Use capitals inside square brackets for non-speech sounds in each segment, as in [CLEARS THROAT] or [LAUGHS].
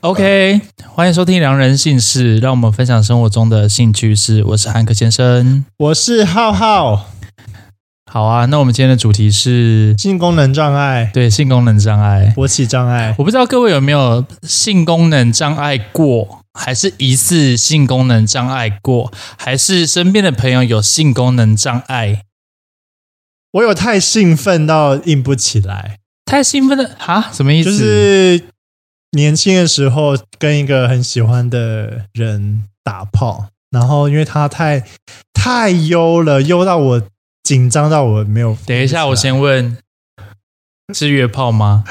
OK，欢迎收听《良人姓氏》，让我们分享生活中的兴趣事。我是汉克先生。我是浩浩，好啊，那我们今天的主题是性功能障碍、对性功能障碍。勃起障碍，我不知道各位有没有性功能障碍过，还是疑似性功能障碍过，还是身边的朋友有性功能障碍？我有太兴奋到硬不起来，太兴奋了啊！什么意思？就是年轻的时候跟一个很喜欢的人打炮，然后因为他太太优了，优到我紧张到我没有。等一下，我，先问，是约炮吗？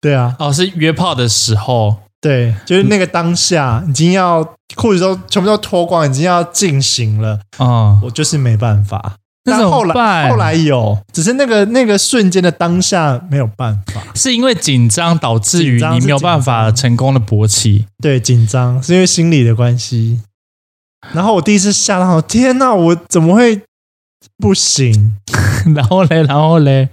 对啊，哦，是约炮的时候。对，就是那个当下已经要裤子都全部都脱光，已经要进行了，哦，我就是没办法。那但怎后么来办？后来有，只是那个那个瞬间的当下没有办法。是因为紧张导致于紧张你是没有办法紧张成功的勃起。 [LAUGHS] 对，紧张是因为心理的关系。然后我第一次吓到，天哪，我怎么会不行？然后嘞，然后嘞，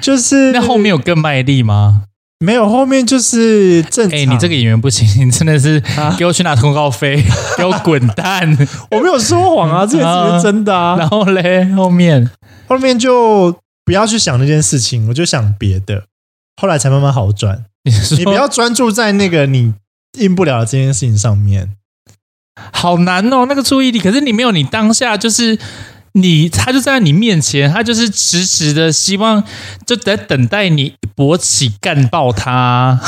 就是那后面有更卖力吗？没有，后面就是正常。哎、你这个演员不行，你真的是啊给我去拿通告 [LAUGHS] 费，给我滚蛋！我没有说谎啊，这个啊是真的啊然。后嘞，后面后面就不要去想那件事情，我就想别的。后来才慢慢好转。你说你不要专注在那个你应不了的这件事情上面。好难哦，那个注意力，可是你没有，你当下就是你，他就在你面前，他就是迟迟的希望，就在等待你勃起干爆他。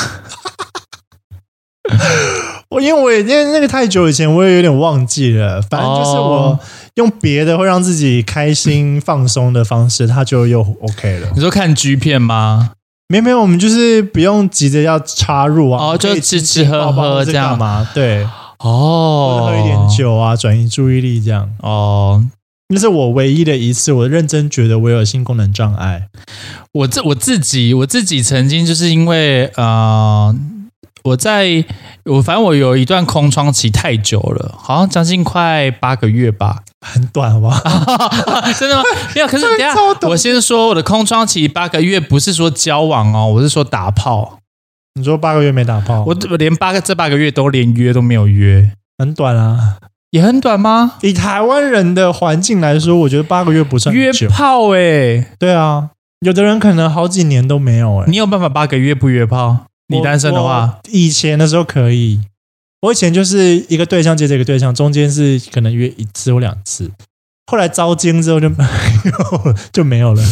我因为我也因为那个太久以前，我也有点忘记了。反正就是哦我用别的会让自己开心放松的方式，它就又 OK 了。你说看 G 片吗？没有没有，我们就是不用急着要插入啊，哦就可以吃亲吃亲喝抱抱喝或是这样干嘛？对，哦，或者喝一点酒啊，转移注意力这样。哦，那是我唯一的一次，我认真觉得我有性功能障碍。我自我自己我自己曾经就是因为呃，我在我反正我有一段空窗期太久了，好像将近快八个月吧。 [LAUGHS] 很短好不好？真的吗？没有，可是等一下超懂我先说我的空窗期八个月，不是说交往哦，我是说打炮。你说八个月没打炮，我我连八个这八个月都连约都没有约，很短啊。也很短吗？以台湾人的环境来说，我觉得八个月不算约久。炮哎、对啊，有的人可能好几年都没有哎、你有办法八个月不约炮？你我单身的话，，我以前的时候可以。我以前就是一个对象接着一个对象，中间是可能约一次或两次，后来招精之后就 [LAUGHS] 没有就没有了。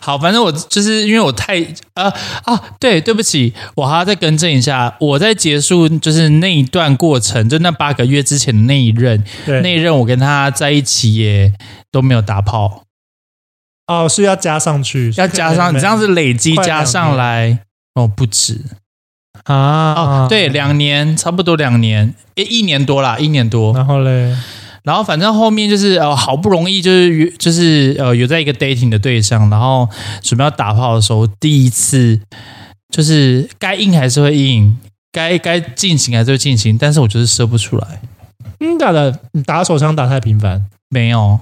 好，反正我就是因为我太呃啊，对，对不起，我还要再更正一下，我在结束就是那一段过程，就那八个月之前的那一任，那一对，任我跟他在一起也都没有打炮，哦，是要加上去，要加上你这样子累积快加两上年来，哦，不止 [LAUGHS] 啊哦，对，，两年，差不多两年，一一年多啦，一年多。然后嘞，然后反正后面就是呃，好不容易就是约就是呃，有在一个 dating 的对象，然后准备要打炮的时候，第一次就是该硬还是会硬，该该进行还是会进行，但是我就是射不出来，嗯，打的你打手枪打太频繁，没有，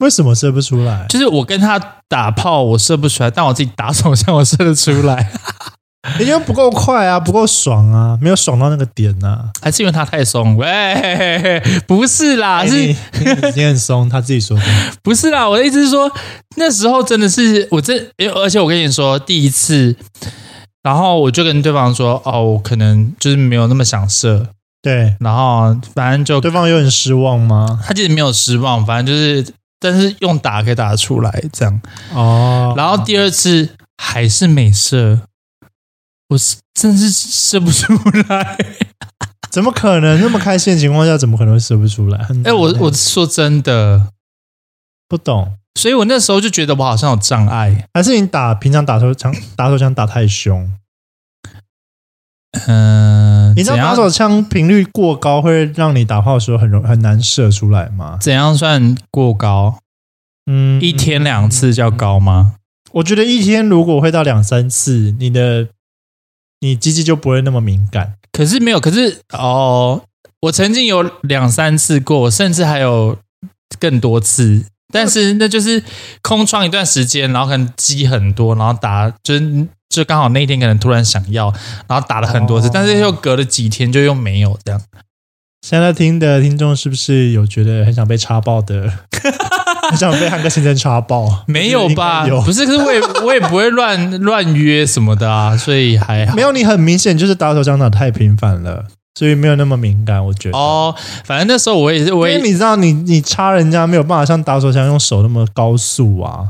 为什么射不 [LAUGHS] 出来？就是我跟他打炮我射不出来，但我自己打手枪我射得出来，因为不够快啊，不够爽啊，没有爽到那个点啊。还是因为他太松？喂，不是啦，哎是你你你很松，他自己说的。不是啦，我的意思是说，那时候真的是我真，诶而且我跟你说，第一次，然后我就跟对方说，哦，我可能就是没有那么想射，对，然后反正就对方有很失望吗？他其实没有失望，反正就是，但是用打可以打得出来这样。哦然后第二次还是没射，我是真是射不出来。怎么可能那么开心的情况下，怎么可能会射不出来？很哎、难我欸我说真的，不懂，所以我那时候就觉得我好像有障碍。还是你打平常打手枪打手枪打太凶，嗯、你知怎道样打手枪频率过高会让你打炮的时候很容很难射出来吗？怎样算过高？嗯，一天两次叫高吗？我觉得一天如果会到两三次，你的你鸡鸡就不会那么敏感。可是没有，可是哦，我曾经有两三次过，甚至还有更多次。但是那就是空窗一段时间，然后可能积很多，然后打就是就刚好那一天可能突然想要，然后打了很多次，哦但是又隔了几天就又没有这样。现在听的听众是不是有觉得很想被插爆的？ [LAUGHS] 很想被汉克先生插爆？没有吧？有不是，可是我也我也不会乱乱约什么的啊，所以还好。没有，你很明显就是打手枪打太频繁了，所以没有那么敏感。我觉得，哦，反正那时候我也是，因我为也你知道你，你插人家没有办法像打手枪用手那么高速啊，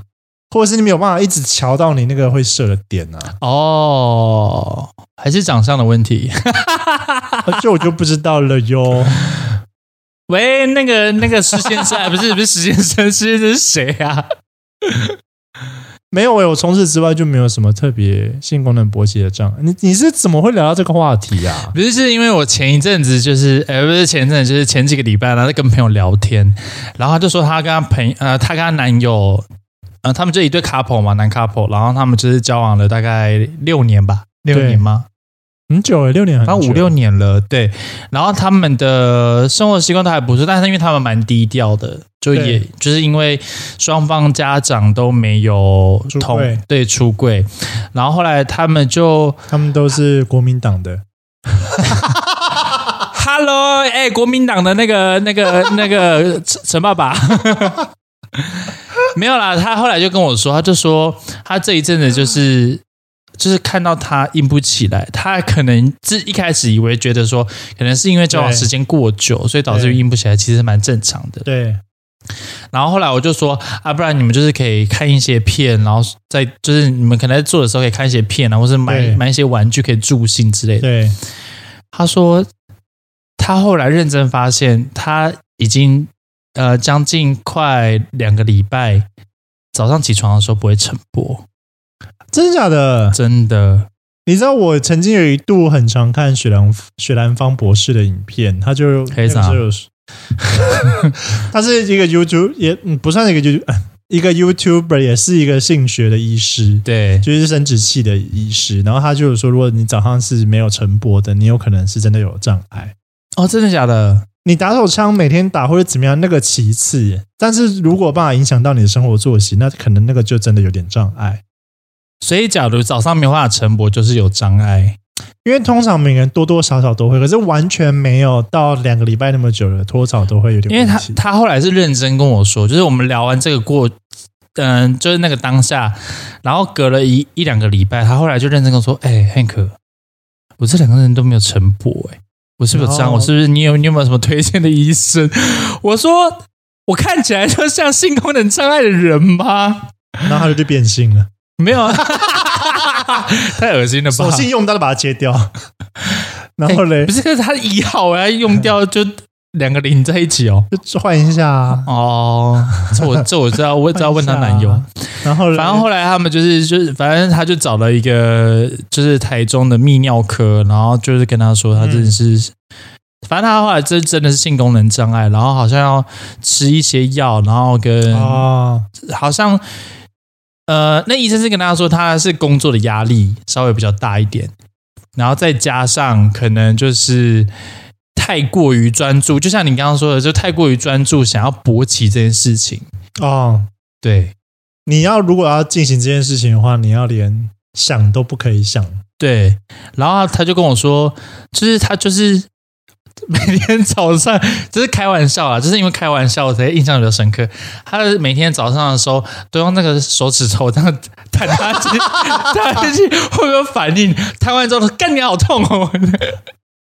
或者是你没有办法一直瞧到你那个会射的点啊。哦，还是长相的问题。这呃我就不知道了哟。喂，那个那个石先生，啊不 [LAUGHS] 是不是石先生，石先生是谁啊？没有诶、欸我从此之外就没有什么特别性功能勃起的障碍。你你是怎么会聊到这个话题啊？不是，是因为我前一阵子就是，呃，不是前一阵子，就是前几个礼拜，然后在跟朋友聊天，然后他就说他跟他朋呃，他跟他男友，呃，他们就一对 couple 嘛，男 couple，然后他们就是交往了大概六年吧，六对年吗？很久诶、欸六年很久，反正五六年了，对。然后他们的生活习惯都还不错，但是因为他们蛮低调的，就对也就是因为双方家长都没有出同柜对出柜，然后后来他们就他们都是国民党的， Hello，哎、国民党的那个、那个、 [LAUGHS] 那个陈陈爸 [LAUGHS] 爸，没有啦。他后来就跟我说，他就说他这一阵子就是就是看到他硬不起来，他可能自一开始以为觉得说，可能是因为交往时间过久，所以导致于对硬不起来，其实蛮正常的。对，然后后来我就说啊，不然你们就是可以看一些片，然后在就是你们可能在做的时候可以看一些片，啊然后或是买对买一些玩具可以助兴之类的。对，他说他后来认真发现，他已经呃将近快两个礼拜，早上起床的时候不会晨勃，真的假的？真的。你知道我曾经有一度很常看雪兰雪兰芳博士的影片，他就可以啥那个时候有 [LAUGHS] 他是一个 YouTube 也、嗯、不算一个 YouTube [LAUGHS] 一个 YouTuber，也是一个性学的医师，对，就是生殖器的医师。然后他就有说，如果你早上是没有晨勃的，你有可能是真的有障碍。哦，真的假的？你打手枪每天打或者怎么样，那个其次，但是如果办法影响到你的生活作息，那可能那个就真的有点障碍。所以，假如早上没有办法晨勃，就是有障碍。因为通常每个人多多少少都会，可是完全没有到两个礼拜那么久了，多少都会有点因为问他题。他后来是认真跟我说，就是我们聊完这个过，嗯、就是那个当下，然后隔了一一两个礼拜，他后来就认真跟我说：“哎、汉克，我这两个人都没有晨勃、哎，我是不是有这样？然后我是不是你有你有没有什么推荐的医生？” [LAUGHS] 我说：“我看起来就像性功能障碍的人吗？然后他就去变性 [LAUGHS] 了，没有啊，太恶心了吧？手性用到就把它切 [LAUGHS] 掉。然后嘞不，是，可是他的一号哎，用掉就两个零在一起哦。”就换一下啊，哦，这我这我知道，我只要问她男友。换一下啊。然后嘞，反正后来他们就是就是，反正他就找了一个就是台中的泌尿科，然后就是跟他说他真的是，反正他后来真真的是性功能障碍，然后好像要吃一些药，然后跟、哦，好像呃，那医生是跟他说他是工作的压力稍微比较大一点，然后再加上可能就是。太过于专注，就像你刚刚说的，就太过于专注，想要勃起这件事情。哦，对你要如果要进行这件事情的话，你要连想都不可以想。对，然后他就跟我说，就是他就是 [LAUGHS] 每天早上，这是开玩笑啊，就是因为开玩笑才印象比较深刻。他每天早上的时候都用那个手指头这样 [LAUGHS] 弹他去，弹他去会不会有反应？弹完之后，干你好痛哦！ [LAUGHS]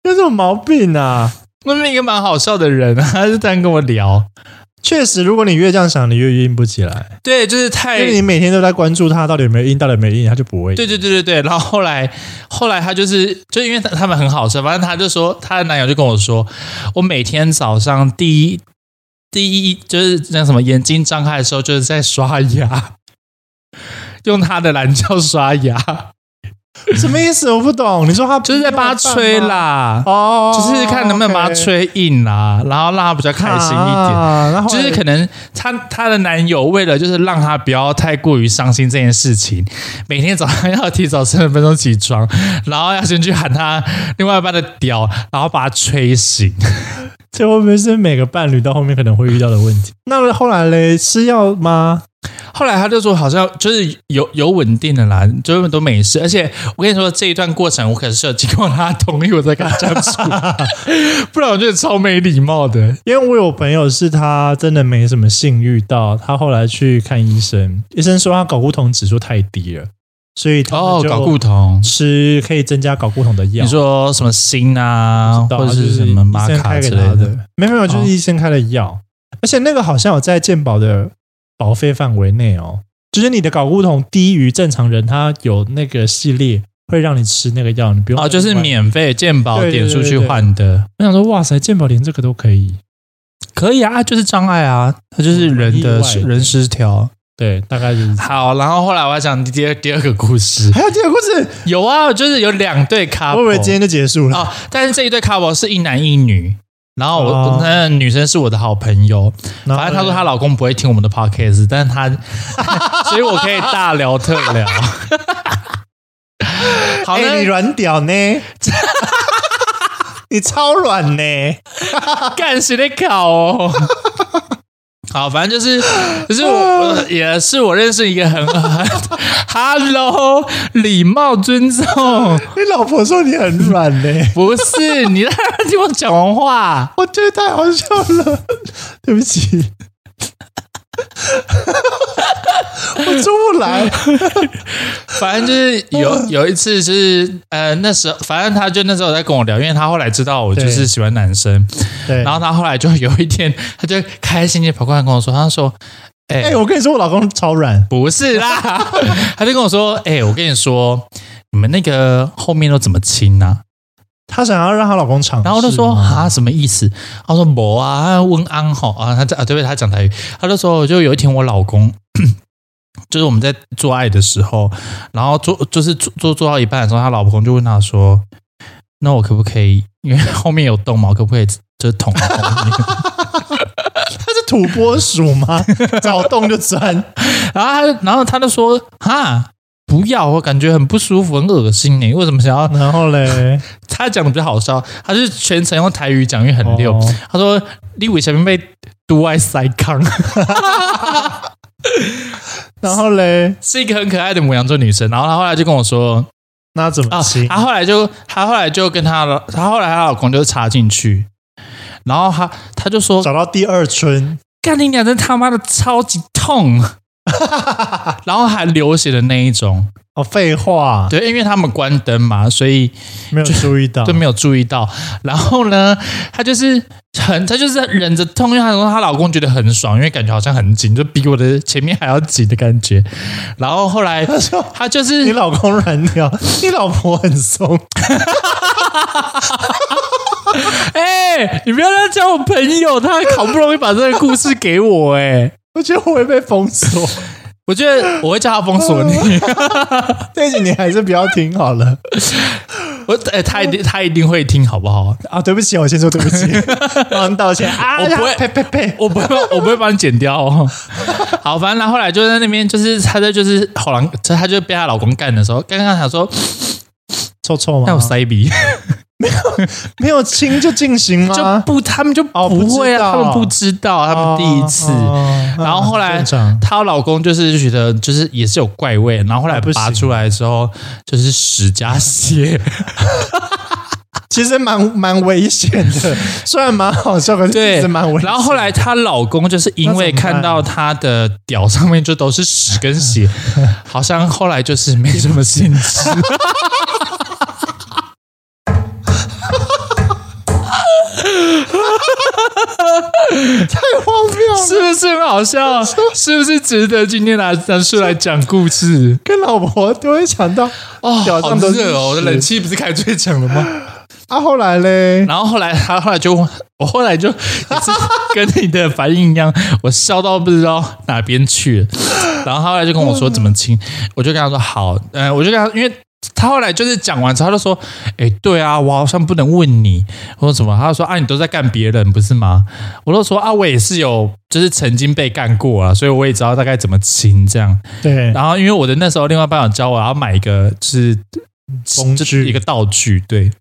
有什么毛病啊？那么一个蛮好笑的人啊，他就这样跟我聊。确实，如果你越这样想，你越硬不起来，对，就是太因为你每天都在关注他到底有没有硬，到底有没有硬，他就不会硬。哎对对对对对，然后后来后来他就是就因为他他们很好吃，反正他就说他的男友就跟我说，我每天早上第一第一就是那什么眼睛张开的时候就是在刷牙， [LAUGHS] 用他的懒觉刷牙，什么意思？我不懂。你说他就是在帮他吹啦，哦，就是看能不能把他 OK 吹硬啦，然后让他比较开心一点。啊然后就是可能她她的男友为了就是让她不要太过于伤心这件事情，每天早上要提早三十分钟起床，然后要先去喊她另外一半的屌，然后把她吹醒。 [LAUGHS] 这会不会是每个伴侣到后面可能会遇到的问题？那后来嘞，吃药吗？后来他就说好像就是有 [LAUGHS] 有稳定的啦，就是都没事。而且我跟你说这一段过程，我可是有经过他同意我才跟他相处， [LAUGHS] 不然我觉得超没礼貌的。因为我有朋友是他真的没什么性欲到，他后来去看医生，医生说他睾固酮指数太低了，所以他哦们，就搞固酮，吃可以增加睾固酮的药。你说什么锌啊，不知道或者就是什么玛医生卡开之给类他的？哦的？没有没有，就是医生开的药，而且那个好像有在健保的保费范围内哦，就是你的睾固酮低于正常人，它有那个系列会让你吃那个药，你不用哦，就是另外。免费健保对对点数对去对对换的，我想说，哇塞，健保连这个都可以，可以啊，就是障碍啊，它就是人的意外人失调。对，大概就是。好，然后后来我要讲第二第二个故事，还有第二个故事， [LAUGHS] 有啊，就是有两对 couple，我以为今天就结束了。哦，但是这一对 couple 是一男一女，然后我、哦那个女生是我的好朋友，然后反正她说嘞她老公不会听我们的 podcast，但是她， [LAUGHS] 所以我可以大聊特聊。好，哎、那你软屌呢？ [LAUGHS] 你超软呢？ [LAUGHS] 干谁的考哦？ [LAUGHS] 好，反正就是，就是我 [SIGHS] 也是我认识一个很 [LAUGHS] ，Hello，礼貌尊重，你老婆说你很软呢？不是你让她听我讲完话。我觉得太好笑了，对不起， [LAUGHS] 我出不来。反正就是 [SIGHS] 有有一次就是呃那时候，反正他就那时候在跟我聊，因为他后来知道我就是喜欢男生，对，然后他后来就有一天，他就开心的跑过来跟我说，他说：“哎、哎、我跟你说，我老公超软，不是 [LAUGHS] 啦。”他就跟我说：“哎、我跟你说，你们那个后面都怎么亲啊？”她想要让她老公哦尝试吗，然后就说啊，什么意思？他说没啊，问安吼啊，他在啊，对不对？他讲台语，他就说，就有一天我老公， [COUGHS] 就是我们在做爱的时候，然后做就是做做做到一半的时候，他老公就问他说，那我可不可以？因为后面有洞嘛，我可不可以就是捅到后面？他是土拨鼠 [LAUGHS] 吗？找洞就钻， [LAUGHS] 然后他就然后他就说哈。不要，我感觉很不舒服，很恶心呢。为什么想要？然后嘞，他讲的比较好笑，他是全程用台语讲，因为很溜。哦他说：“你为什么被独爱塞康？”然后嘞，是一个很可爱的母羊座女生，然后她后来就跟我说，那怎么啊亲，？她后来就她后来就跟她老，她后来她老公就插进去，然后她她就说，找到第二春，干你娘真他妈的超级痛，然后还流血的那一种，哦，废话，对，因为他们关灯嘛，所以没有注意到，都没有注意到。然后呢，她就是很，她就是忍着痛，因为她说她老公觉得很爽，因为感觉好像很紧，就比我的前面还要紧的感觉。然后后来他说她就是你老公软屌，你老婆很松，哎、你不要这样讲我朋友，他好不容易把这个故事给我、哎，我觉得我会被封 [LAUGHS] 锁。我觉得我会叫他封锁你，这一集你还是不要听好了 [LAUGHS] 我哎、他一定他一定会听，好不好？啊！对不起，我先说对 [LAUGHS] 不起，帮你道歉啊！我不会呸呸呸！我不会，我不会帮你剪掉哦。好，反正他后来就在那边，就是她在就是好狼，她就被她老公干的时候，刚刚想说，臭臭那我？吗塞鼻，没有亲就进行啊就吗？不，他们就哦不会啊，他不知道们啊不知道，他们第一次。哦哦然后后来正常她老公就是觉得就是也是有怪味，然后后来啊不行拔出来之后就是屎加血，其实蛮蛮危险 [LAUGHS] 的，虽然蛮好笑，可是对其实蛮危险。然后后来她老公就是因为看到她的屌上面就都是屎跟血，好像后来就是没什么兴 [LAUGHS] 致。太荒谬了，是不是很好笑？是不是值得今天拿拿出来讲故事？跟老婆都会想到哦， [LAUGHS] 屌好上都是热哦，我的屎冷气不是开最强了吗？啊。后来嘞，然后后来她后来就我后来就也是跟你的反应一样，我笑到不知道哪边去了。然后她后来就跟我说怎么亲，我就跟她说好，嗯、我就跟她因为。她后来就是讲完之后，她就说：“哎、对啊，我好像不能问你。”我说：“什么？”她就说：“啊，你都在干别人，不是吗？”我就说：“啊，我也是有，就是曾经被干过啊，所以我也知道大概怎么亲这样。”对，然后因为我的那时候另外班长教我要买一个就是工具就是一个道具，对。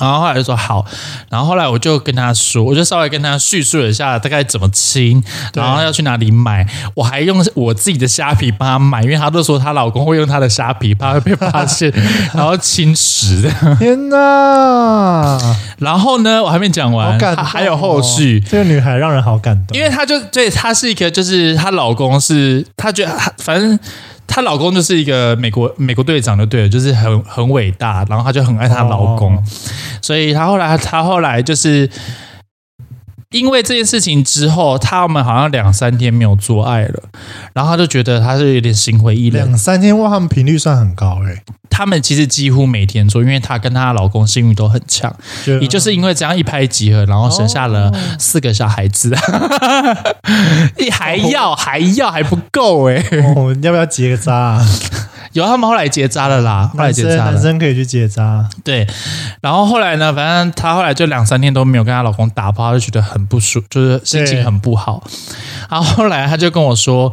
然后后来就说好，然后后来我就跟他说，我就稍微跟他叙述了一下大概怎么清，对然后要去哪里买，我还用我自己的虾皮帮他买，因为她都说她老公会用她的虾皮，怕会被发 [LAUGHS] 现，然后侵蚀的。天哪，然后呢，我还没讲好完，感动哦、还有后续，这个女孩让人好感动，因为她就对她是一个，就是她老公是，她觉得她反正她老公就是一个美国美国队长就对了，就是很很伟大，然后她就很爱她老公，哦所以她后来她后来就是。因为这件事情之后，他们好像两三天没有做爱了，然后她就觉得她是有点心灰意冷。两三天哇，他们频率算很高哎、他们其实几乎每天做，因为她跟她老公性欲都很强，就也就是因为这样一拍即合，然后生下了四个小孩子， [LAUGHS] 你还要还要还不够哎、 [LAUGHS] 我们要不要结扎、啊？有他们后来结扎了啦，后来男结生扎男了，生可以去结扎，啊对。然后后来呢，反正她后来就两三天都没有跟她老公打炮，她就觉得很不舒，就是心情对很不好。然后后来她就跟我说，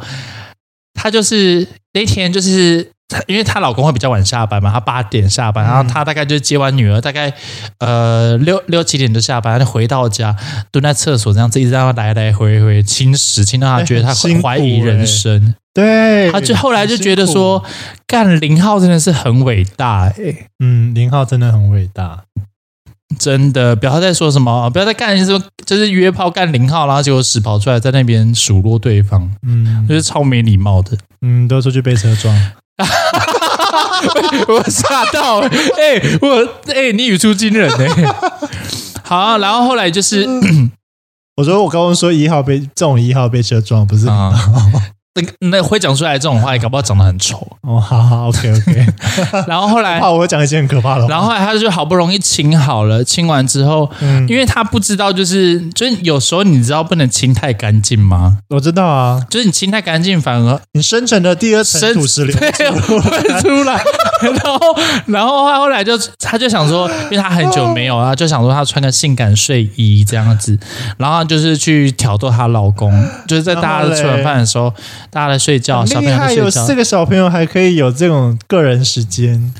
她就是那天就是。她因为她老公会比较晚下班嘛，她八点下嗯班，然后她大概就接完女儿，大概呃六六七点就下班，她就回到家，蹲在厕所这样子一直让她来来回回侵蚀，侵到她觉得她哎很辛苦怀疑欸人生。对，他就后来就觉得说哎很辛苦，，干林浩真的是很伟大、欸，嗯，林浩真的很伟大，真的不要再说什么，不要再干什么，就是约炮干林浩，然后结果屎跑出来在那边数落对方，嗯就是超没礼貌的，嗯，都出去被车撞， [LAUGHS] 我吓到、欸， [LAUGHS] 哎、我哎、你语出惊人哎、 [LAUGHS] 好、然后后来就是我说我刚刚说一号被这种一号被车撞，不是、啊，那个那会讲出来这种话，搞不好长得很丑。哦，好好，OK OK，然后后来怕，我会讲一些很可怕的话，然后后来他就好不容易亲好了，亲完之后，嗯，因为他不知道，就是就是有时候你知道不能清太干净吗？我知道啊，就是你清太干净反而你生成的第二层生土石流， [LAUGHS] 对会出来。 [LAUGHS] 然后然后后来就他就想说，因为他很久没有啊，就想说他穿个性感睡衣这样子，然后就是去挑逗她老公，就是在大然后家嘞吃完饭的时候，大家在睡觉，小很朋友厉在害，有睡觉四。个小朋友还可以有这种个人时间，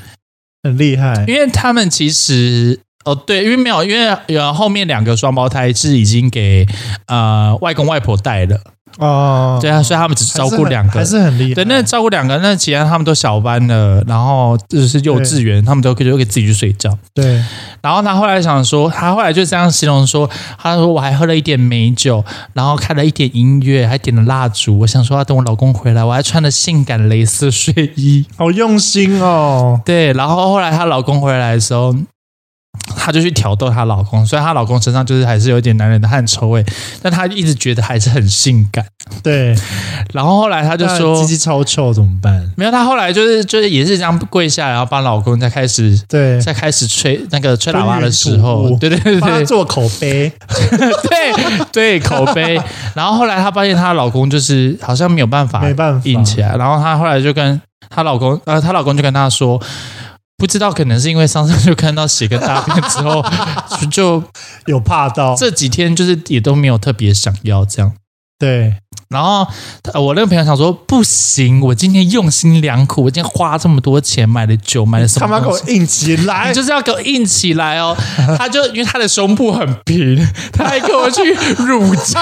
很厉害，因为他们其实哦，对，因为没有，因为有后面两个双胞胎是已经给呃外公外婆带了，哦，对啊，所以他们只还是照顾很两个，还是很厉害，对，那照顾两个，那其他他们都小班了，然后就是幼稚园，他们都可以就可以自己去睡觉。对，然后他后来想说，他后来就这样形容说，他说我还喝了一点美酒，然后开了一点音乐，还点了蜡烛。我想说啊要等我老公回来，我还穿了性感蕾丝睡衣。好用心哦，对，然后后来她老公回来的时候。她就去挑逗她老公，虽然她老公身上就是还是有一点男人的汗臭味，但她一直觉得还是很性感。对，然后后来她就那说，鸡鸡超臭怎么办？没有，她后来就是就是也是这样跪下来，然后帮老公再开始对，在开始吹那个吹喇叭的时吞云吐候雾，对对对帮他对做口碑，对对口碑。然后后来她发现她老公就是好像没有办法没办法，硬起来，然后她后来就跟她老公，呃，她老公就跟她说。不知道，可能是因为上次就看到血跟大便之后，就就有怕到，这几天就是也都没有特别想要这样。对，然后呃我那个朋友想说，不行，我今天用心良苦，我今天花这么多钱买了酒，买了什他么妈给东我西。硬起来你！就是要给我硬起来哦！ [LAUGHS] 他就因为他的胸部很平，他还给我去乳胶，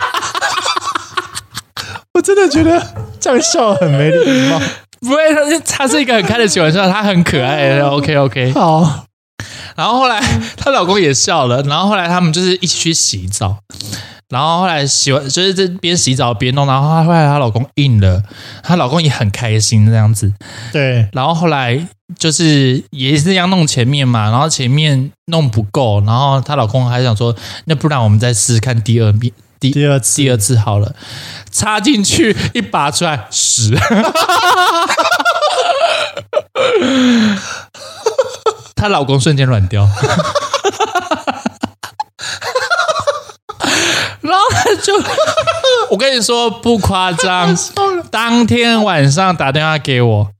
[LAUGHS] [LAUGHS] 我真的觉得这样笑很没礼貌。不会，他是他是一个很开得起玩笑，他很可爱。OK OK， [LAUGHS] 好，然后后来她老公也笑了，然后后来他们就是一起去洗澡，然后后来洗完就是这边洗澡边弄，然后后来她老公硬了，她老公也很开心这样子，对，然后后来就是也是一样弄前面嘛，然后前面弄不够，然后她老公还想说，那不然我们再试试看第二面第第二次第二次好了，插进去一拔出来屎， [LAUGHS] 她老公瞬间软掉， [LAUGHS] 然后她就， [LAUGHS] 我跟你说不夸张，当天晚上打电话给我。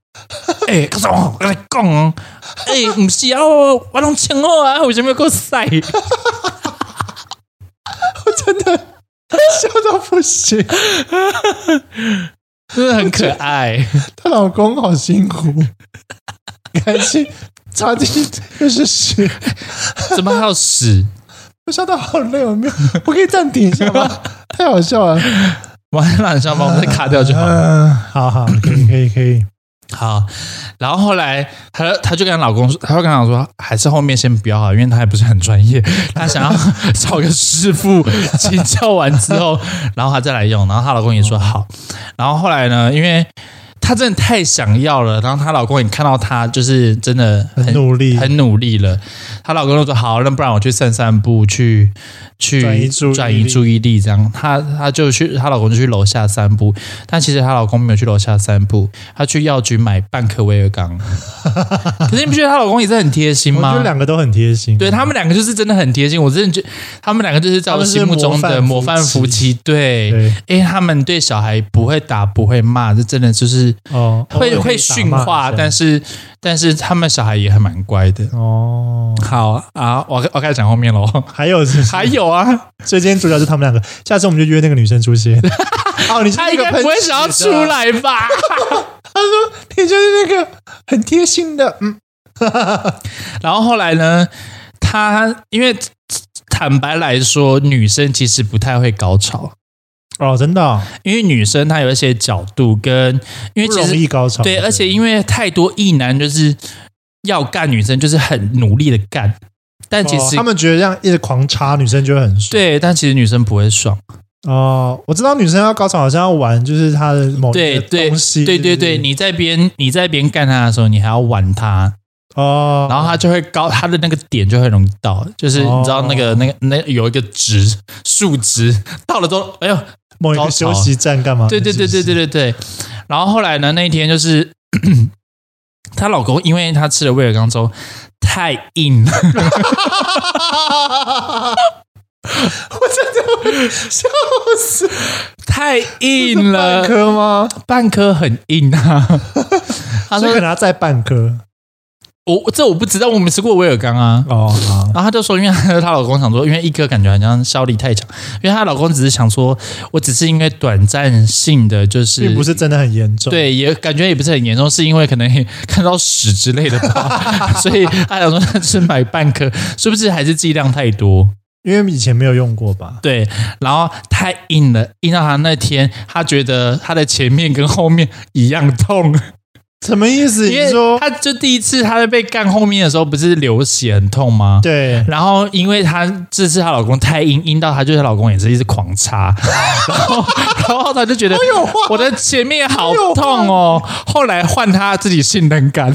哎、欸，可是我跟你讲哦，哎、欸，不是啊，我我拢穿好啊，为什么给我晒？我真的笑到不行。真的很可爱。她老公好辛苦，赶紧插进去就是屎，怎么还有屎？我笑到好累，我没有，我可以暂停一下 [LAUGHS] 吗？太好笑了，完了，你知道吗？我们再卡掉就好 [LAUGHS] 了。嗯，好好，可以可以可以，好，然后后来她她就跟她老公说，她就跟她老公说，还是后面先不要啊好了，因为她也不是很专业，她想要找个师傅请教完之后，然后她再来用。然后她老公也说好。然后后来呢，因为她真的太想要了，然后她老公也看到她就是真的嗯很努力，很努力了，她老公就说好，那不然我去散散步，去去转移注意力转移注意力，这样，她她就去，她老公就去楼下散步，但其实她老公没有去楼下散步，她去药局买半颗威尔刚， [LAUGHS] 可是你不觉得她老公也是很贴心我觉吗得？两个都很贴心，对他们两个就是真的很贴心，我真的觉得他们两个就是在我他们是心目中的模模范范夫夫妻，对，对因为他们对小孩不会打不会骂，这真的就是哦，会偶尔可以会打训骂一话，下但是但是他们小孩也还蛮乖的。哦，好啊，我我开始讲后面喽。 [LAUGHS] 还有是还有啊，所以今天主角是他们两个，下次我们就约那个女生出 [LAUGHS] 现。哦，你是他那应个该喷不会想要屎出的啊，来 [LAUGHS] 吧？你就是那个很贴心的，嗯，然后后来呢，他因为坦白来说，女生其实不太会高潮，哦，真的哦、因为女生她有一些角度跟，因为不其容实易高潮。对，而且因为太多异男就是要干女生，就是很努力的干，但其哦实、他们觉得这样一直狂插女生就会很爽。对，但其实女生不会爽。哦，我知道女生要高潮好像要玩，就是她的某一对个对东西，对对是不是对，你在边你在边干她的时候，你还要玩她。哦，然后他就会高，他的那个点就会容易到，就是哦你知道那个、那个那有一个值数值到了之后，哎呦，某一高个潮休息站干嘛？对对对对对 [LAUGHS] 对，对对。然后后来呢，那一天就是 [CLEARS THROAT] 她老公，因为她吃了威尔刚之后太硬了，笑死，太硬半了，颗吗？半颗很硬啊。他所以可说能要再半颗我这我不知道，我没吃过威尔刚啊。哦，好然后她就说，因为她她老公想说，因为一颗感觉好像效力太强，因为她老公只是想说，我只是因为短暂性的，就是并不是真的很严重。嗯对，也感觉也不是很严重，是因为可能也看到屎之类的吧，所以他想说他只买半颗，是不是还是剂量太多？因为以前没有用过吧？ [LAUGHS] 对，然后太硬了，硬到他那天他觉得他的前面跟后面一样 [LAUGHS] 痛，什么意思？因你为说他就第一次他在被干后面的时候不是流血很痛吗？对，然后，因为她这次她老公太硬，硬到她就是她老公也是一直狂插， [LAUGHS] 然后然后她就觉得我的前面好痛哦。后来换她自己性能感，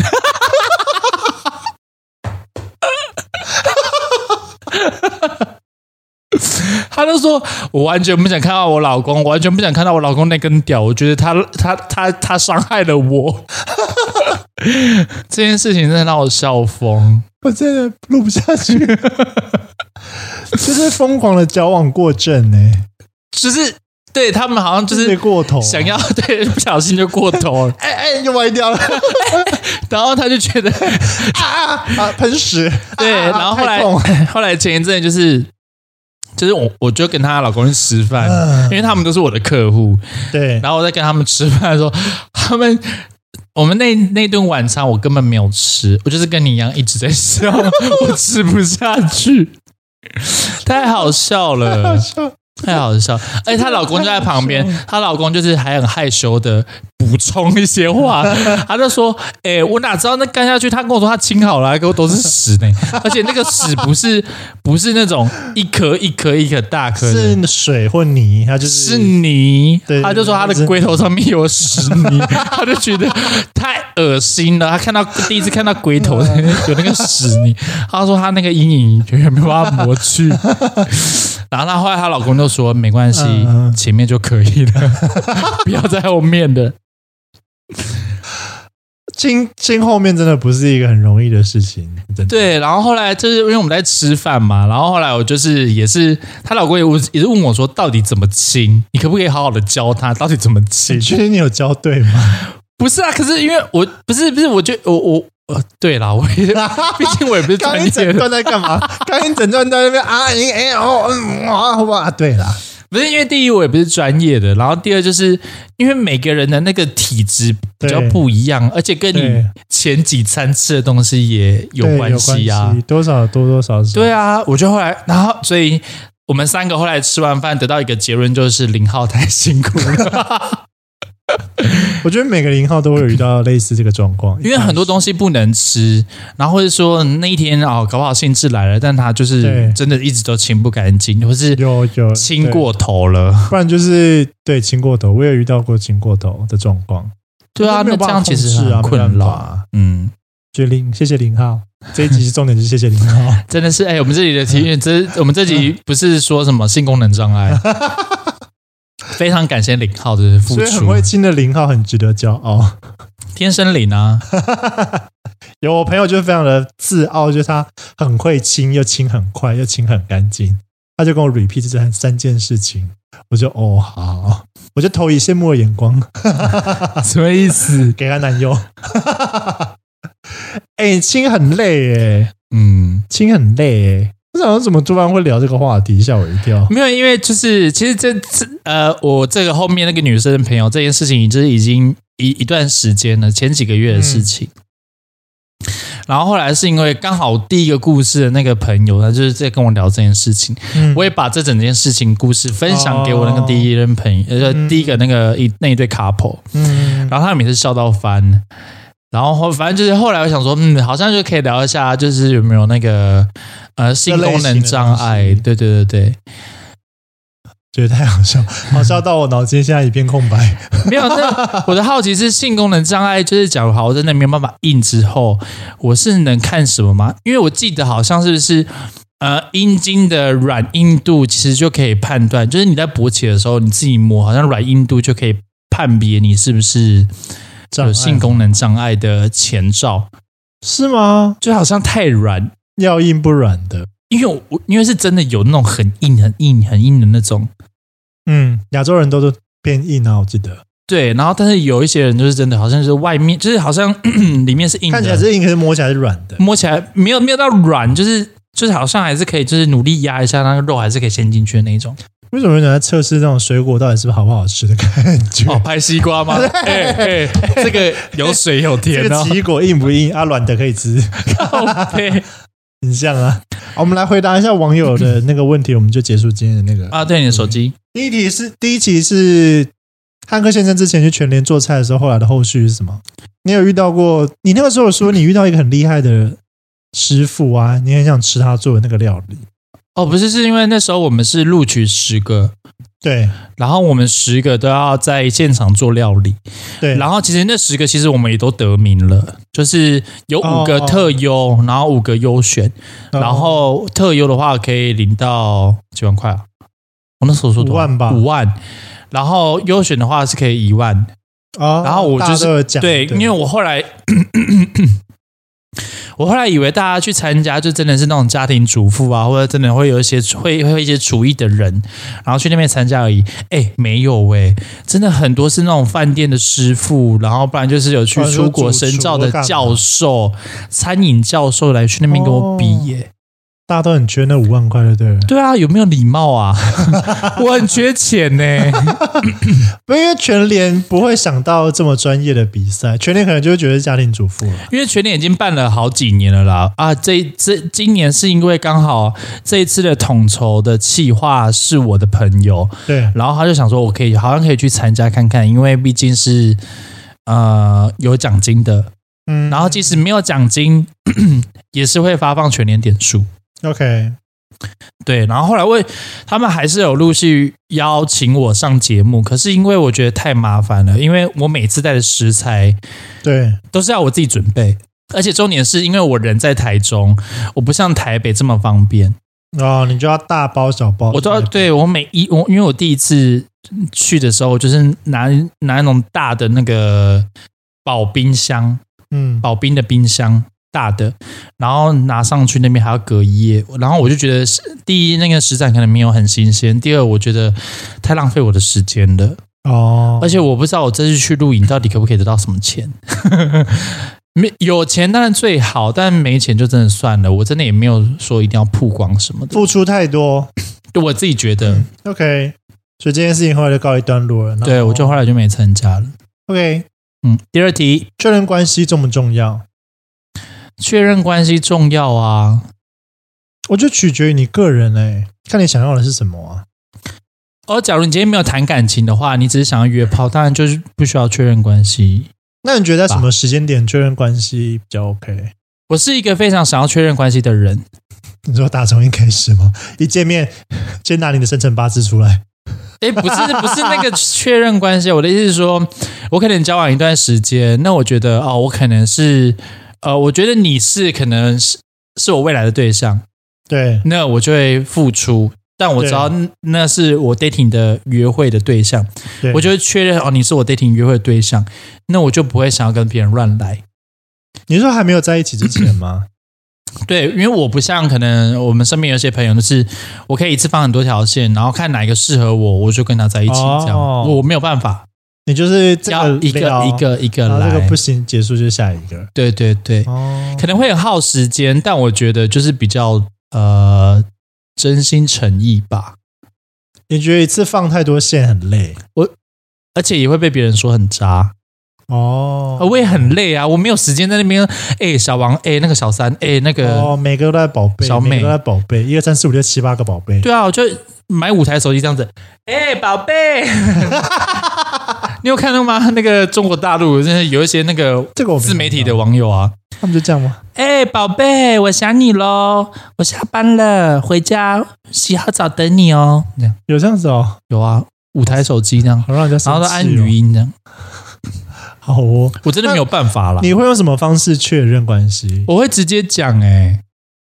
[LAUGHS] 她就说：“我完全不想看到我老公，我完全不想看到我老公那根屌，我觉得他他他他伤害了我。” [LAUGHS] 这件事情真的让我笑疯。我真的录不下去， [LAUGHS] 就是疯狂的矫枉过正哎、就是对他们好像就就是是过头、想要对不小心就过头了，哎哎，又歪掉了然后他就觉得 [LAUGHS] 啊啊！喷屎，对，啊啊然后后太痛来后来前一阵就是就是我我就跟她老公去吃饭，因为他们都是我的客户，对，然后我在跟他们吃饭的时候，他们。我们那那顿晚餐我根本没有吃，我就是跟你一样一直在笑，我吃不下去，太好笑了。笑太好笑！而且她老公就在旁边太好，她老公就是还很害羞的补充一些话，他就说：“哎、我哪知道那干下去？他跟我说他清好了，还给我都是屎呢，而且那个屎不是不是那种一颗一颗一颗大颗的。”是水或泥，它就是是泥对，他就说他的龟头上面有屎 [LAUGHS] 泥，他就觉得太恶心了。他看到第一次看到龟头嗯 [LAUGHS] 有那个屎泥，他说他那个阴影永远没办法抹 [LAUGHS] 去。然后她后来她老公就说没关系嗯，嗯前面就可以 [LAUGHS] 了，不要在后面的。亲亲后面真的不是一个很容易的事情，真的。对，然后后来就是因为我们在吃饭嘛，然后后来我就是也是她老公也问也是问我说到底怎么亲，你可不可以好好的教她到底怎么亲你？确定你有交对 [LAUGHS] 吗？不是啊，可是因为我不是不是，我就我我呃，对啦，我也毕竟我也不是刚专刚一业整的，啊段在干嘛？刚刚一整段在那边啊，哎哎哦，嗯哇哇，对啦，不是因为第一我也不是专业的，然后第二就是因为每个人的那个体质比较对不一样，而且跟你对前几餐吃的东西也有对关系啊。系多少多多少少。对啊，我就后来，然后所以我们三个后来吃完饭得到一个结论，就是林浩太辛苦了，我觉得每个零号都会有遇到类似这个状况， [LAUGHS] 因为很多东西不能吃，然后或者说那一天哦，搞不好兴致来了，但他就是对真的一直都清不干净，或是有有清，过头了。对不然就是对清过头，我也遇到过清过头的状况。对啊，那没有这办法样其实控制啊很困没扰。办法啊嗯，就零，谢谢零号，这一集是重点，是谢谢零号。真的是哎、我们这里的题，因为这我们这集不是说什么性功能障 [LAUGHS] 碍，非常感谢林浩的 [LAUGHS] 付所以很出会，清的零号很值得骄傲。天生灵 [LAUGHS] 啊，有我朋友就非常的自傲，就是他很会清，又清很快，又清很干净。他就跟我 repeat 这三三件事情，我就哦好，我就投以羡慕的眼光什么意思？给他男友。 [LAUGHS] 哎、清很累哎、嗯。清很累哎、我想说怎么突然会聊这个话题，吓我一跳。没有，因为就是其实这这呃，我这个后面那个女生的朋友这件事情，就是已经一一段时间了，前几个月的事情。然后后来是因为刚好第一个故事的那个朋友，他就是在跟我聊这件事情，嗯我也把这整件事情故事分享给我那个第一任朋友，呃、嗯第一个那个一那一对 couple，嗯，然后他每次笑到翻。然后后反正就是后来我想说，嗯，好像就可以聊一下，就是有没有那个呃性功能障这类碍？型的对对对对，觉得太 [LAUGHS] 好笑，好笑到我脑筋现在一片空白。没有，那我的好奇是性功能障碍，就是假如好，我真的没有办法硬之后，我是能看什么吗？因为我记得好像是不是呃阴茎的软硬度其实就可以判断，就是你在勃起的时候你自己摸，好像软硬度就可以判别你是不是障碍有性功能障碍的前兆，哎是吗？就好像太软。要硬不软的。因为我我因为是真的有那种很硬、很硬、很硬的那种，嗯，亚洲人都都偏硬啊，我记得对。然后，但是有一些人就是真的，好像是外面，就是好像 [CLEARS THROAT] 里面是硬的，看起来是硬，可是摸起来是软的。摸起来没有没有到软，就是就是好像还是可以，就是努力压一下那个肉还是可以陷进去的那一种。为什么有人在测试这种水果到底是不是好不好吃的感觉？哦，拍西 [LAUGHS] 瓜吗？哎哎，这个有水有这甜 [LAUGHS] 个哦，奇异果硬不硬啊？软的可以吃，对很像啊。好我们来回答一下网 [LAUGHS] 友的那个问题，我们就结束今天的那个。啊，对，你的手机第一题是第一题是汉克先生之前去全联做菜的时候，后来的后续是什么？你有遇到过？你那个时候有说你遇到一个很厉害的师傅啊，你很想吃他做的那个料理。哦，不是，是因为那时候我们是录取十个。对然后我们十个都要在现场做料理，对，然后后其实那十个其实我们也都得名了，就是有五个哦哦哦特优，然后五个优选，然后特优的话可以领到几万块啊？我那时候说多少五万吧五万。然后优选的话是可以一万，哦然后我就是大家都有讲对，因为我后来， [CLEARS THROAT] 我后来以为大家去参加就真的是那种家庭主妇啊，或者真的会有一些会会一些厨艺的人，然后去那边参加而已。哎，没有喂、真的很多是那种饭店的师傅，然后不然就是有去哦你说出国主厨深造的干嘛教授、餐饮教授来去那边给我比耶、大家都很缺那五万块，对对了。对啊，有没有礼貌啊？ [LAUGHS] 我很缺钱呢、不，因为全联不会想到这么专业的比赛，全联可能就会觉得是家庭主妇了。因为全年已经办了好几年了啦。啊，这这今年是因为刚好这一次的统筹的企划是我的朋友，对，然后他就想说，我可以好像可以去参加看看，因为毕竟是呃有奖金的。嗯然后即使没有奖金， [CLEARS THROAT] 也是会发放全年点数。嗯 OK，对，然后后来为他们还是有陆续邀请我上节目，可是因为我觉得太麻烦了，因为我每次带的食材对，都是要我自己准备，而且重点是因为我人在台中，我不像台北这么方便，然后哦你就要大包小包，我都要对对我每一我因为我第一次去的时候，就是拿拿那种大的那个保冰箱，嗯，保冰的冰箱大的，然后拿上去那边还要隔一夜，然后我就觉得是第一那个食材可能没有很新鲜，第二我觉得太浪费我的时间了，哦，而且我不知道我这次去露营到底可不可以得到什么钱。 [LAUGHS] 没有钱当然最好，但没钱就真的算了。我真的也没有说一定要曝光什么的，付出太多。对我自己觉得。 OK，所以这件事情后来就告一段落了。嗯然后对我就后来就没参加了。 OK，嗯，第二题，确认关系重不重要？确认关系重要啊。我觉得取决于你个人哎、看你想要的是什么啊。而哦假如你今天没有谈感情的话，你只是想要约炮，当然就是不需要确认关系。那你觉得在什么时间点确认关系比较 OK？我是一个非常想要确认关系的人，你说打从一开始吗？ [LAUGHS] 一见面先拿你的生辰八字出来，诶，不是不是那个确认关系，我的意思是说，我可能交往一段时间，那我觉得哦，我可能是呃，我觉得你是可能是是我未来的对象，对那我就会付出，但我知道那是我 dating 的约会的对象，对，我就会确认哦，你是我 dating 约会的对象，那我就不会想要跟别人乱来。你是说还没有在一起之 [COUGHS] 前吗？对，因为我不像可能我们身边有些朋友，就是我可以一次放很多条线，然后看哪一个适合我，我就跟他在一起，哦这样我没有办法，你就是这要个一个聊一，个一个然后来。这个不行，结束就下一个。对对对，哦，可能会很耗时间，但我觉得就是比较呃真心诚意吧，你觉得一次放太多线很累而且也会被别人说很渣。哦呃我也很累啊，我没有时间在那边，哎、小王，哎、那个小三，哎、那个，哦，每个都在宝贝，小美每个都在宝贝，一二三四五六七八个宝贝。对啊，我就买五台手机这样子，哎、宝 [LAUGHS] 贝，你有看到吗？那个中国大陆真的有一些那个这个我没自媒体的看到，网友啊，他们就这样吗？哎、宝贝，我想你喽，我下班了，回家洗好澡等你哦。这样有这样子哦，有啊，五台手机这样，好让人家生 [LAUGHS] 然后气、哦。都按语音这样，好哦哦，啊我真的没有办法啦。你会用什么方式确认关系？我会直接讲哎、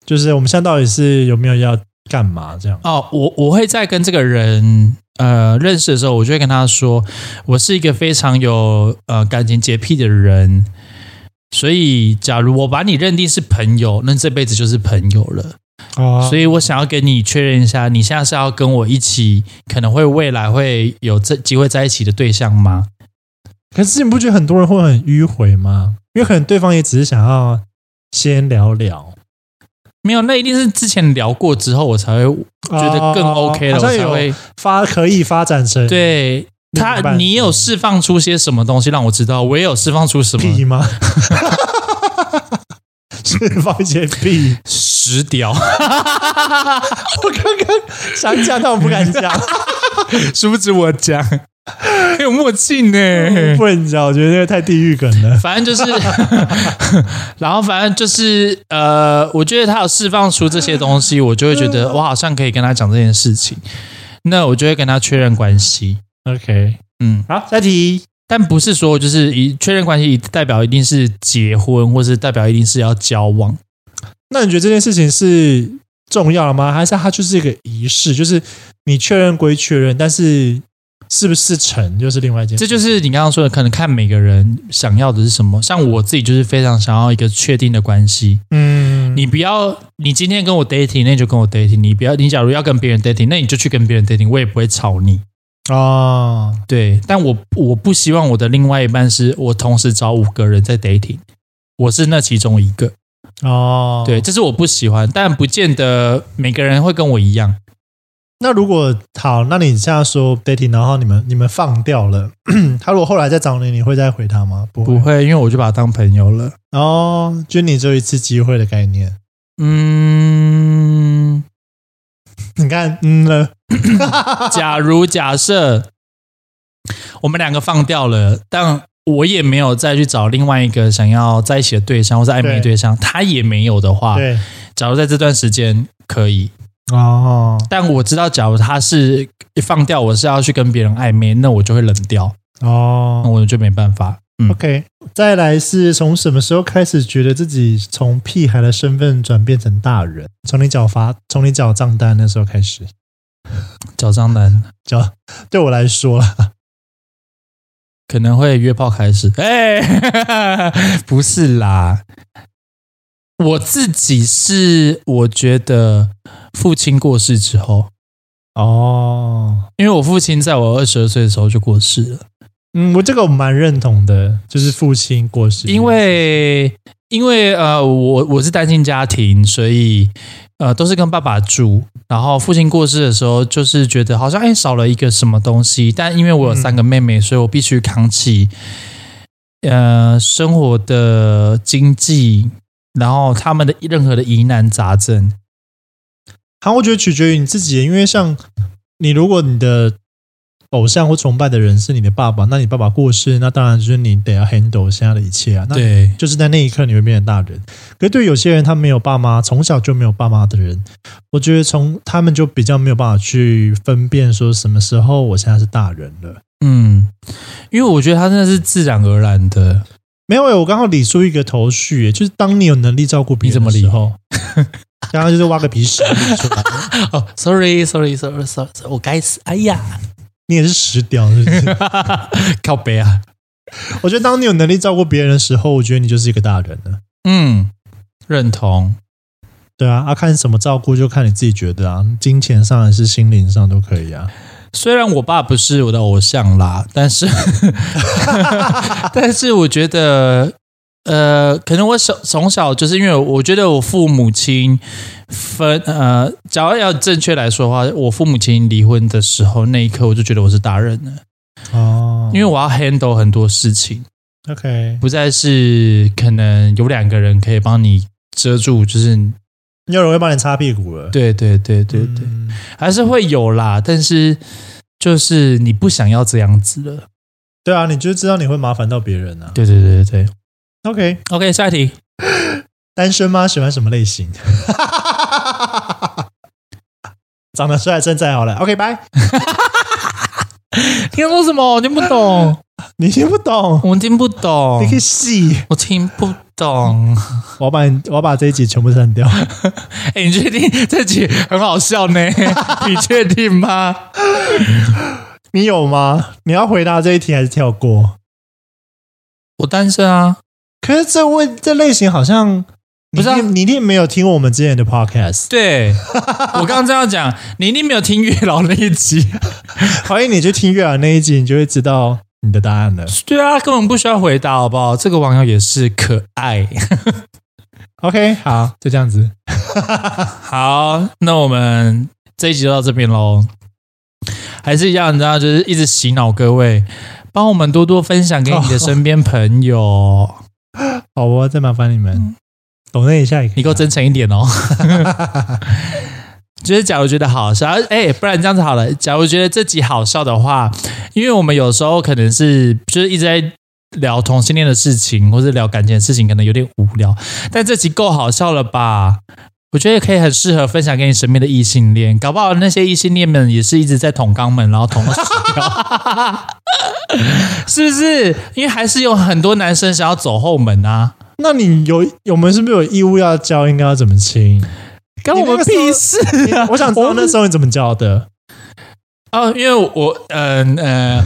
就是我们现在到底是有没有要干嘛这样？哦，我我会在跟这个人呃认识的时候，我就会跟他说，我是一个非常有呃感情洁癖的人，所以假如我把你认定是朋友，那这辈子就是朋友了。哦所以我想要跟你确认一下，你现在是要跟我一起，可能会未来会有这机会在一起的对象吗？可是你不觉得很多人会很迂回吗？因为可能对方也只是想要先聊聊，没有，那一定是之前聊过之后，我才会觉得更哦 OK 了，好我像才会有发可以发展成对另一他，半你有释放出些什么东西让我知道，我也有释放出什么 [LAUGHS] 屁吗？是放一些屁，石雕， [LAUGHS] 我刚刚想讲，但我不敢讲，殊不知我讲， [LAUGHS] 嗯很有默契呢。不能讲，我觉得那个太地狱梗了。反正就是， [LAUGHS] 然后反正就是，呃，我觉得他有释放出这些东西，我就会觉得我好像可以跟他讲这件事情，那我就会跟他确认关系。 OK，嗯，好，下题。但不是说就是一确认关系，代表一定是结婚，或是代表一定是要交往。那你觉得这件事情是重要的吗？还是它就是一个仪式？就是你确认归确认，但是是不是成就是另外一件这事。就是你刚刚说的，可能看每个人想要的是什么。像我自己就是非常想要一个确定的关系。嗯，你不要，你今天跟我 dating，那你就跟我 dating。你不要，你假如要跟别人 dating，那你就去跟别人 dating，我也不会吵你。哦，对，但我我不希望我的另外一半是我同时找五个人在 dating，我是那其中一个。哦，对，。这是我不喜欢，但不见得每个人会跟我一样。那如果好，那你这样说 dating，然后你们你们放掉了， [CLEARS THROAT] 他如果后来再找你，你会再回他吗？不会。不会，因为我就把他当朋友了。哦，就你只有一次机会的概念。 [LAUGHS] 嗯，你看，嗯了，假如假设我们两个放掉了，但我也没有再去找另外一个想要在一起的对象或者暧昧对对象，他也没有的话，对，假如在这段时间可以，哦，但我知道，假如他是一放掉，我是要去跟别人暧昧，那我就会冷掉，那哦我就没办法。嗯， ，OK。再来是从什么时候开始觉得自己从屁孩的身份转变成大人？从你缴罚，从你缴账单那时候开始，找张楠缴对我来说啦，可能会约炮开始，哎、 [LAUGHS] 不是啦，我自己是我觉得父亲过世之后，哦，因为我父亲在我二十二岁的时候就过世了，嗯，我这个我蛮认同的，就是父亲过世，因为因为呃，我我是单亲家庭，所以呃，都是跟爸爸住。然后父亲过世的时候，就是觉得好像哎少了一个什么东西，但因为我有三个妹妹，所以我必须扛起呃生活的经济，然后他们的任何的疑难杂症。好，我觉得取决于你自己，因为像你，如果你的偶像或崇拜的人是你的爸爸，那你爸爸过世，那当然就是你得要 handle 现在的一切啊。那对，就是在那一刻你会变成大人。可是对有些人，他没有爸妈，从小就没有爸妈的人，我觉得从他们就比较没有办法去分辨说什么时候我现在是大人了。嗯，因为我觉得他真的是自然而然的。没有、欸，我刚好理出一个头绪、欸，就是当你有能力照顾别人的你时怎么候， [LAUGHS] 刚刚就是挖个鼻屎理出来，哦，sorry，sorry，sorry，sorry，我该死！哎呀，你也是屎屌，是不是？ [LAUGHS] 靠北啊！我觉得当你有能力照顾别人的时候，我觉得你就是一个大人了。嗯，认同。对啊，啊，看什么照顾就看你自己觉得啊，金钱上还是心灵上都可以啊。虽然我爸不是我的偶像啦，但是， [LAUGHS] 但是我觉得，呃，可能我小从小就是因为我觉得我父母亲分呃，假如要正确来说的话，我父母亲离婚的时候那一刻，我就觉得我是大人了，哦，因为我要 handle 很多事情， OK，不再是可能有两个人可以帮你遮住，就是有人会帮你擦屁股了。对对对对对，嗯还是会有啦，但是就是你不想要这样子了。对啊，你就知道你会麻烦到别人啊。对对对对对。 OK， OK，下一题。单身吗？喜欢什么类型？ [LAUGHS] 长得帅，身材好了。OK，拜。你说什么？我听不懂，你听不懂，我听不懂你可，以细。我听不懂。我要把你，我要把这一集全部删掉。哎、你确定这集很好笑 [LAUGHS] 呢？你确定吗？你有吗？你要回答这一题还是跳过？我单身啊，可是这问这类型好像不是啊你一定你一定没有听我们之前的 podcast，对我刚刚这样讲，你一定没有听月老那一集。欢迎你去听月儿那一集，你就会知道你的答案了。 [LAUGHS] 对啊，根本不需要回答，好不好？这个网友也是可爱。 OK，好，就这样子。 [LAUGHS] 好，那我们这一集就到这边喽。还是一样，你知道，就是一直洗脑各位，帮我们多多分享给你的身边朋友。好哦，再麻烦你嗯们，懂那一下也可以。你给我真诚一点哦。 [LAUGHS] 就是假如觉得好笑，哎、不然这样子好了。假如觉得这集好笑的话，因为我们有时候可能是就是一直在聊同性恋的事情，或是聊感情的事情，可能有点无聊。但这集够好笑了吧？我觉得可以很适合分享给你身边的异性恋，搞不好那些异性恋们也是一直在捅肛门，然后捅到死掉， [LAUGHS] 是不是？因为还是有很多男生想要走后门啊，那你有我们是不是有义务要教应该要怎 [LAUGHS] 么亲？跟我你那们个时候屁事你啊！我想知道那时候你怎么教的。 [LAUGHS] 哦，因为我嗯呃，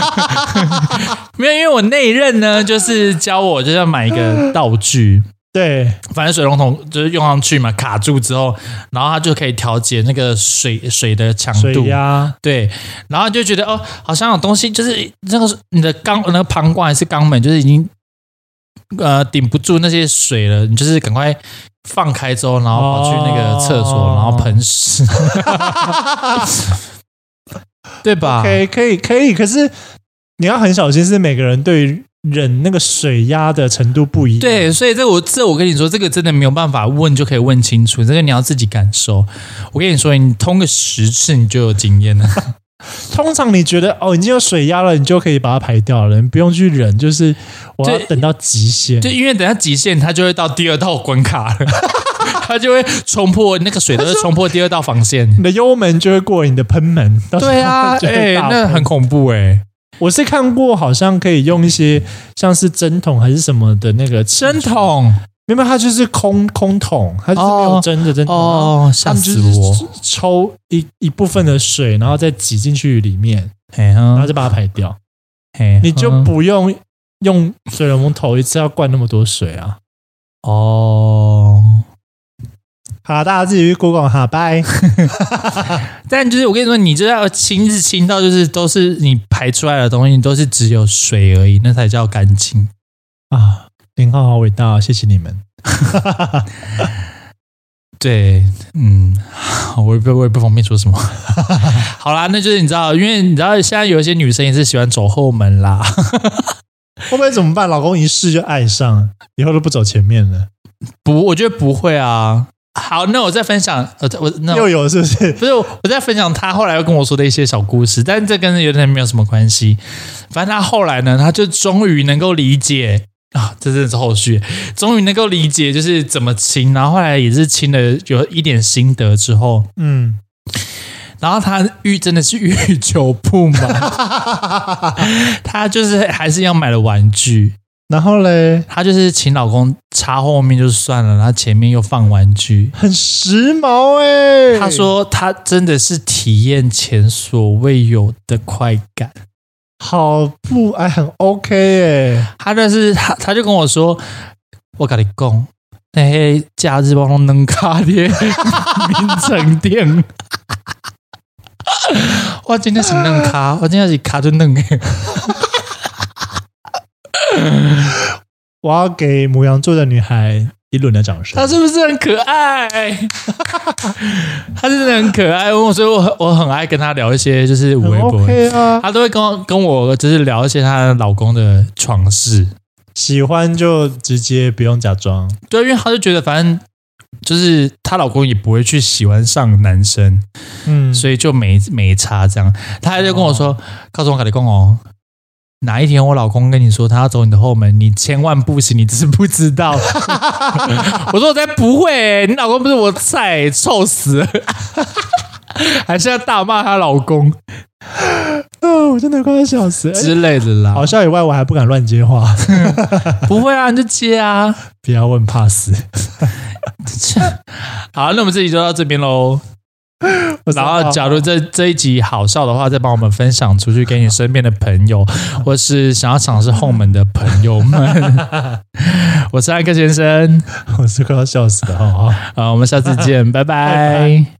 [LAUGHS] 没有，因为我那一任呢，就是教我就是要买一个道具，对，反正水龙头就是用上去嘛，卡住之后，然后它就可以调节那个水水的强水度。压对，然后就觉得哦，好像有东西就是那个你的肛那个膀胱还是肛门，就是已经呃顶不住那些水了，你就是赶快放开之后，然后跑去那个厕所，哦然后喷屎， [LAUGHS] 对吧可以，可以，可以。可是你要很小心，是每个人对于忍那个水压的程度不一样。对，所以这我这我跟你说，这个真的没有办法问就可以问清楚，这个你要自己感受。我跟你说，你通个十次你就有经验了。通常你觉得哦，已经有水压了，你就可以把它排掉了，你不用去忍，就是我要对等到极限。就因为等下极限，它就会到第二道关卡 [LAUGHS] 了，它就会冲破那个水，都会冲破第二道防线。你的幽门就会过你的喷 [LAUGHS] 门，到时候对啊，就哎、会大喷那很恐怖哎、我是看过，好像可以用一些像是针筒还是什么的那个器针，筒没有，它就是空空桶，它就是没有哦针的针筒。哦，他吓们就死是我！抽一一部分的水，然后再挤进去里面，嘿然后哼，再把它排掉。嘿哼你就不用用水龙头一次要灌那么多水啊！哦。好，大家自己去 Google 哈，拜。但就是我跟你说，你就要亲自亲到，就是都是你排出来的东西，都是只有水而已，那才叫干净。啊，林浩好伟大、啊，谢谢你们。对，嗯，我也不我也不方便说什么。 [LAUGHS] 好啦，那就是你知道，因为你知道现在有一些女生也是喜欢走后门啦。会不会怎么办？老公一试就爱上，以后都不走前面了，不，我觉得不会啊。好，那我再分享，呃，我那我又有是不是？不是我在分享他后来又跟我说的一些小故事，但这跟有点没有什么关系。反正他后来呢，他就终于能够理解啊，这真的是后续，终于能够理解就是怎么亲，然后后来也是亲了有一点心得之后，嗯，然后他欲真的是欲求不满，他就是还是要买了玩具，然后嘞，他就是请老公插后面就算了，他前面又放玩具。很时髦哎、他说他真的是体验前所未有的快感。好不哎，很 OK 哎、他但是他他就跟我说，我跟你讲，那些假日帮我弄卡的 [LAUGHS] 名城店。我真的是弄卡，我真的是卡就弄的。我要给母羊座的女孩一轮的掌声。他是不是很可爱？他真的很可爱，我所以我很我很爱跟他聊一些就是微很博， OK 啊，他都会跟我跟我就是聊一些她老公的床事。喜欢就直接不用假装。对，因为她就觉得反正就是她老公也不会去喜欢上男生，嗯，所以就没没差这样。她还就跟我说：“告诉我，卡里公哦，哪一天我老公跟你说他要走你的后门，你千万不行，你知不知道？” [LAUGHS] 我说：“我才不会、欸你老公不是我菜、欸臭死了！” [LAUGHS] 还是要大骂她老公哦，我真的快要笑死了。之类的啦好。笑以外，我还不敢乱接话，哦 [LAUGHS] 不会啊，你就接啊。 [LAUGHS] 不要问怕死。好，那我们这集就到这边喽。[LAUGHS] 我然后， [LAUGHS] 假如这这一集好笑的话，再帮我们分享出去给你身边的朋友，或是想要尝试后门的朋友们。我是艾克先生，我是快要笑死了，好好。啊，我们下次见，拜拜拜